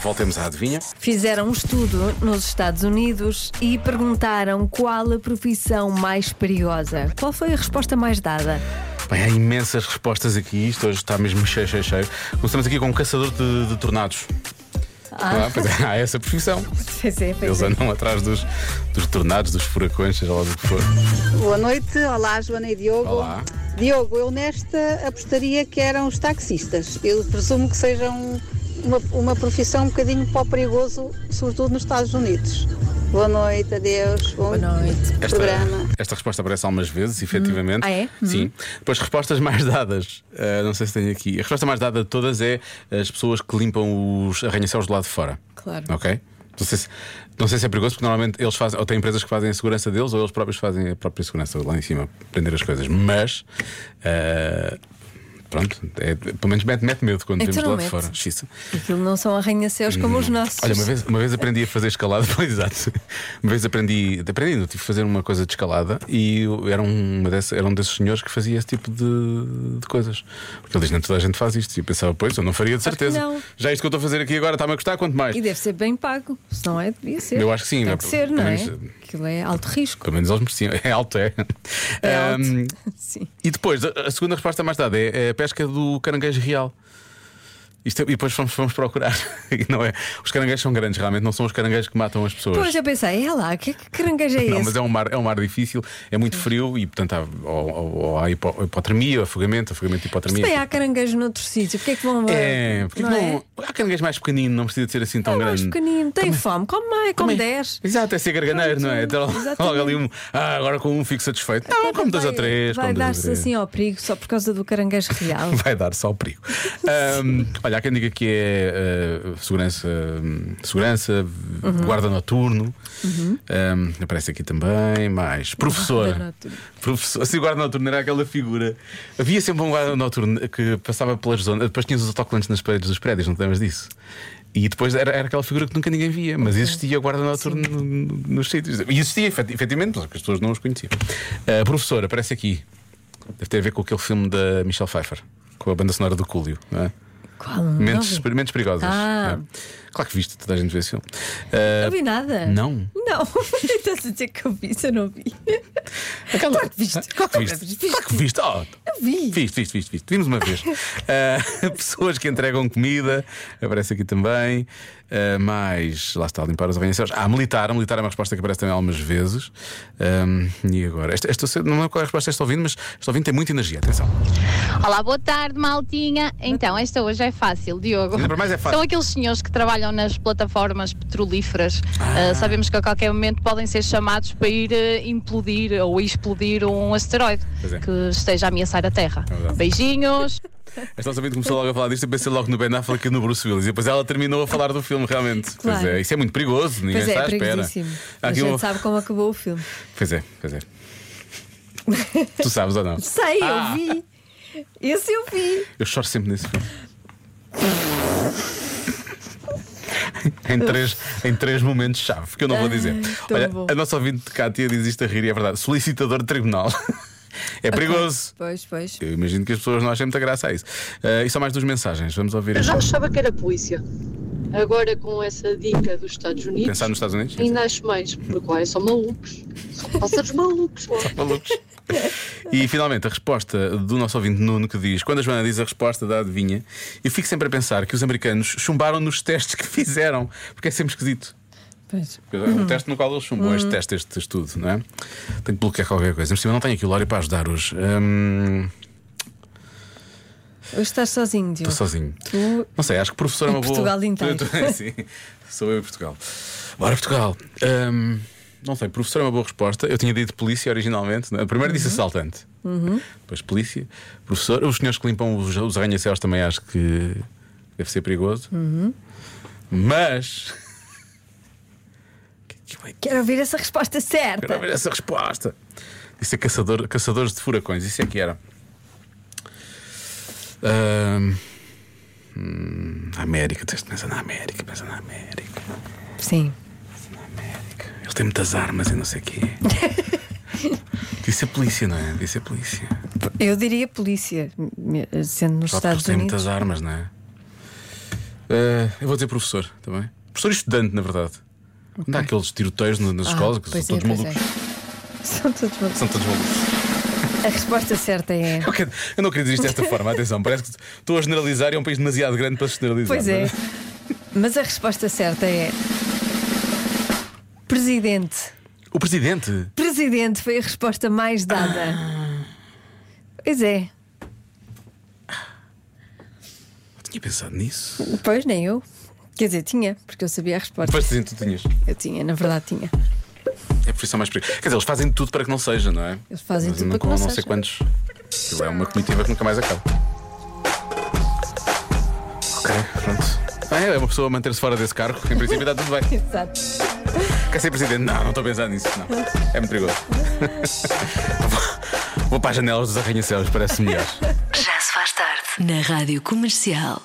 Voltemos à adivinha. Fizeram um estudo nos Estados Unidos e perguntaram qual a profissão mais perigosa. Qual foi a resposta mais dada? Bem, há imensas respostas aqui. Isto hoje está mesmo cheio, cheio, cheio. Começamos aqui com um caçador de, de tornados. Ah, pois é, há essa profissão. Pois é, Eles andam atrás dos, dos tornados, dos furacões, seja lá do que for. Boa noite, olá Joana e Diogo. Olá. Diogo, eu nesta apostaria que eram os taxistas. Eu presumo que sejam uma, uma profissão um bocadinho pó perigoso, sobretudo nos Estados Unidos. Boa noite, adeus, bom noite. programa. esta resposta aparece algumas vezes, efetivamente. Ah, é? Sim. Depois, respostas mais dadas. Ah, não sei se tenho aqui. A resposta mais dada de todas é as pessoas que limpam os arranha-céus do lado de fora. Claro. Ok? Não sei, se, não sei se é perigoso, porque normalmente eles fazem, ou têm empresas que fazem a segurança deles, ou eles próprios fazem a própria segurança lá em cima, prender as coisas. Mas. ah, pronto, é- pelo menos mete, mete medo quando Então vemos do não lado de mete. fora. Xiça. Aquilo não são arranha-céus como os nossos. Uhum. Olha, uma vez, uma vez aprendi a fazer escalada, pois exato. Uma vez aprendi, aprendi, não tive que fazer uma coisa de escalada e eu- era, uma dessa, era um desses senhores que fazia esse tipo de, de coisas. Porque ele diz, não toda a gente faz isto. E eu pensava, pois, eu não faria de Claro que certeza. não. Já é isto que eu estou a fazer aqui agora está-me a gostar, quanto mais. E deve ser bem pago, se não é, devia ser. Eu acho que sim, Tem é, que ser, pelo não é? menos- Aquilo é alto risco. Pelo menos eles mereciam. É alto, é. É alto. Ahm, Sim. E depois, a- a segunda resposta mais dada é a pesca do caranguejo real. Isto é- e depois fomos, fomos procurar. E não é. Os caranguejos são grandes, realmente, não são os caranguejos que matam as pessoas. Pois eu pensei, é lá, que, que caranguejo é Não, esse? mas é um, mar, é um mar difícil, é muito frio e, portanto, há, ou, ou- ou há hipo- hipotermia, afogamento, afogamento de Se hipotermia. bem há caranguejo noutro sítio, porque é que vão. um É, porque não, é? há caranguejo mais pequenino, não precisa de ser assim tão É mais grande. pequenino, tem fome, come mais, come Também. 10. Exato, é ser garganeiro, não é? Ter logo- Exatamente. Então Logo ali um. Ah, agora com um fico satisfeito. Não, como dois Vai- ou três. Vai como dois ou dar-se três. assim ao perigo só por causa do caranguejo real. Vai dar só o perigo. Ahm, olha, há quem diga que é ah, segurança, hum, segurança Uhum. guarda noturno. Ahm, aparece aqui também. Mais professor. noturno. professor. Se o guarda noturno era aquela figura. Havia sempre um guarda noturno que passava pelas zonas. Depois tinha os autocolantes nas paredes dos prédios, não te lembras disso? E depois era, era aquela figura que nunca ninguém via, mas existia o guarda noturno no- no- nos sítios. E existia, efet- efetivamente, mas as pessoas não os conheciam. Ah, professor, aparece aqui. Deve ter a ver com aquele filme da Michelle Pfeiffer, com a banda sonora do Cúlio, não é? Qual? Não Mentes, vi. mentes perigosas. Ah. não é? Claro que viste, toda a gente vê esse filme. Ah, Não vi nada. Não. Não, estás a dizer que eu vi, se eu não vi. aquela- Claro que viste. Claro que viste. Claro que viste. Oh, Eu vi. Viste, viste, viste, viste. Vimos uma vez. Ah, pessoas que entregam comida, aparece aqui também. Ah, mais, lá está, limpar os arranha-céus. Ah, militar. A militar é uma resposta que aparece também algumas vezes. Ahm, e agora? Esta, esta- não lembro qual é a resposta que estou ouvindo, mas estou ouvindo tem muita energia. Atenção. Olá, boa tarde, maltinha. Então, esta hoje é fácil, Diogo. Ainda para mais é fácil. São aqueles senhores que trabalham nas plataformas petrolíferas. Ah, sabemos que a qualquer momento podem ser chamados para ir eh, implodir ou explodir um asteroide Pois é. que esteja a ameaçar a Terra. verdade. Beijinhos. Esta nossa ouvinte começou logo a falar disto e pensei logo no Ben Affleck e no Bruce Willis. E depois ela terminou a falar do filme, realmente. Claro. Pois é, isso é muito perigoso, ninguém Pois é, está é à espera. perigosíssimo. Há A aqui gente um- sabe como acabou o filme. Pois é, pois é. tu sabes ou não? Sei, Ah. eu vi. Esse eu vi. Eu choro sempre nesse filme. em, três, em três momentos chave, que eu não vou dizer. Ah, tão Olha, bom. a nossa ouvinte de Cátia diz isto a rir e é verdade. Solicitador de tribunal. é perigoso. Pois, pois. Eu imagino que as pessoas não achem muita graça a isso. Ah, e só mais duas mensagens. Vamos ouvir. Eu já achava que era polícia. Agora, com essa dica dos Estados Unidos, Pensar nos Estados Unidos? ainda acho mais, porque olha, são malucos. São pássaros malucos. ó. malucos. E finalmente a resposta do nosso ouvinte Nuno que diz: Quando a Joana diz a resposta da adivinha, eu fico sempre a pensar que os americanos chumbaram nos testes que fizeram, porque é sempre esquisito. pois. Porque é Um teste no qual eles chumbam, este teste, este estudo, não é? Tenho que bloquear qualquer coisa. Mas cima não tenho aqui o Lório para ajudar hoje. Hum, Hoje estás sozinho, Diogo. estou sozinho. Tu- Não sei, acho que professor é E uma Ah. Portugal boa. inteiro. Sim, sou eu e Portugal. Bora, Portugal. Hum, não sei, professor é uma boa resposta. Eu tinha dito polícia originalmente. não é? Primeiro disse assaltante. Depois polícia. Professor, os senhores que limpam os, os arranha-céus também acho que deve ser perigoso. Mas. que, que, é que- Quero ouvir essa resposta certa. Quero ver essa resposta. Isso é caçador, caçadores de furacões, isso é que era. Ahm, hum, América, tens de pensar na América, pensa na América, Sim. pensa na América. Eles têm muitas armas e não sei o quê. Disse a polícia, não é? Disse a polícia. Eu diria polícia, me- sendo nos Só porque Estados eles têm Unidos. muitas armas, não é? Ah, eu vou dizer professor também. Professor e estudante, na verdade. Não dá aqueles tiroteios na- nas escolas que pois são é, todos pois é. malucos. São todos malucos. São todos malucos. A resposta certa é. Eu, quero- eu não queria dizer isto desta forma, atenção. Parece que estou a generalizar e é um país demasiado grande para se generalizar. Pois é. não Mas a resposta certa é. Presidente. O presidente. Presidente foi a resposta mais dada. Ah. Pois é. Eu tinha pensado nisso. Pois nem eu. Quer dizer, tinha, porque eu sabia a resposta. Mas sim, tu tinhas. Eu tinha, na verdade tinha. É a profissão mais perigosa. Quer dizer, eles fazem tudo para que não seja, não é? Eles fazem Mas tudo não, para que não não sei seja. quantos. Aquilo é uma comitiva que nunca mais acaba. Ok, pronto. Bem, é uma pessoa a manter-se fora desse cargo, em princípio está tudo bem. Exato. Quer ser presidente? Não, não estou a pensar nisso, não. É muito perigoso. Vou- Vou para as janelas dos arranha-céus, parece melhor. Já se faz tarde na Rádio Comercial.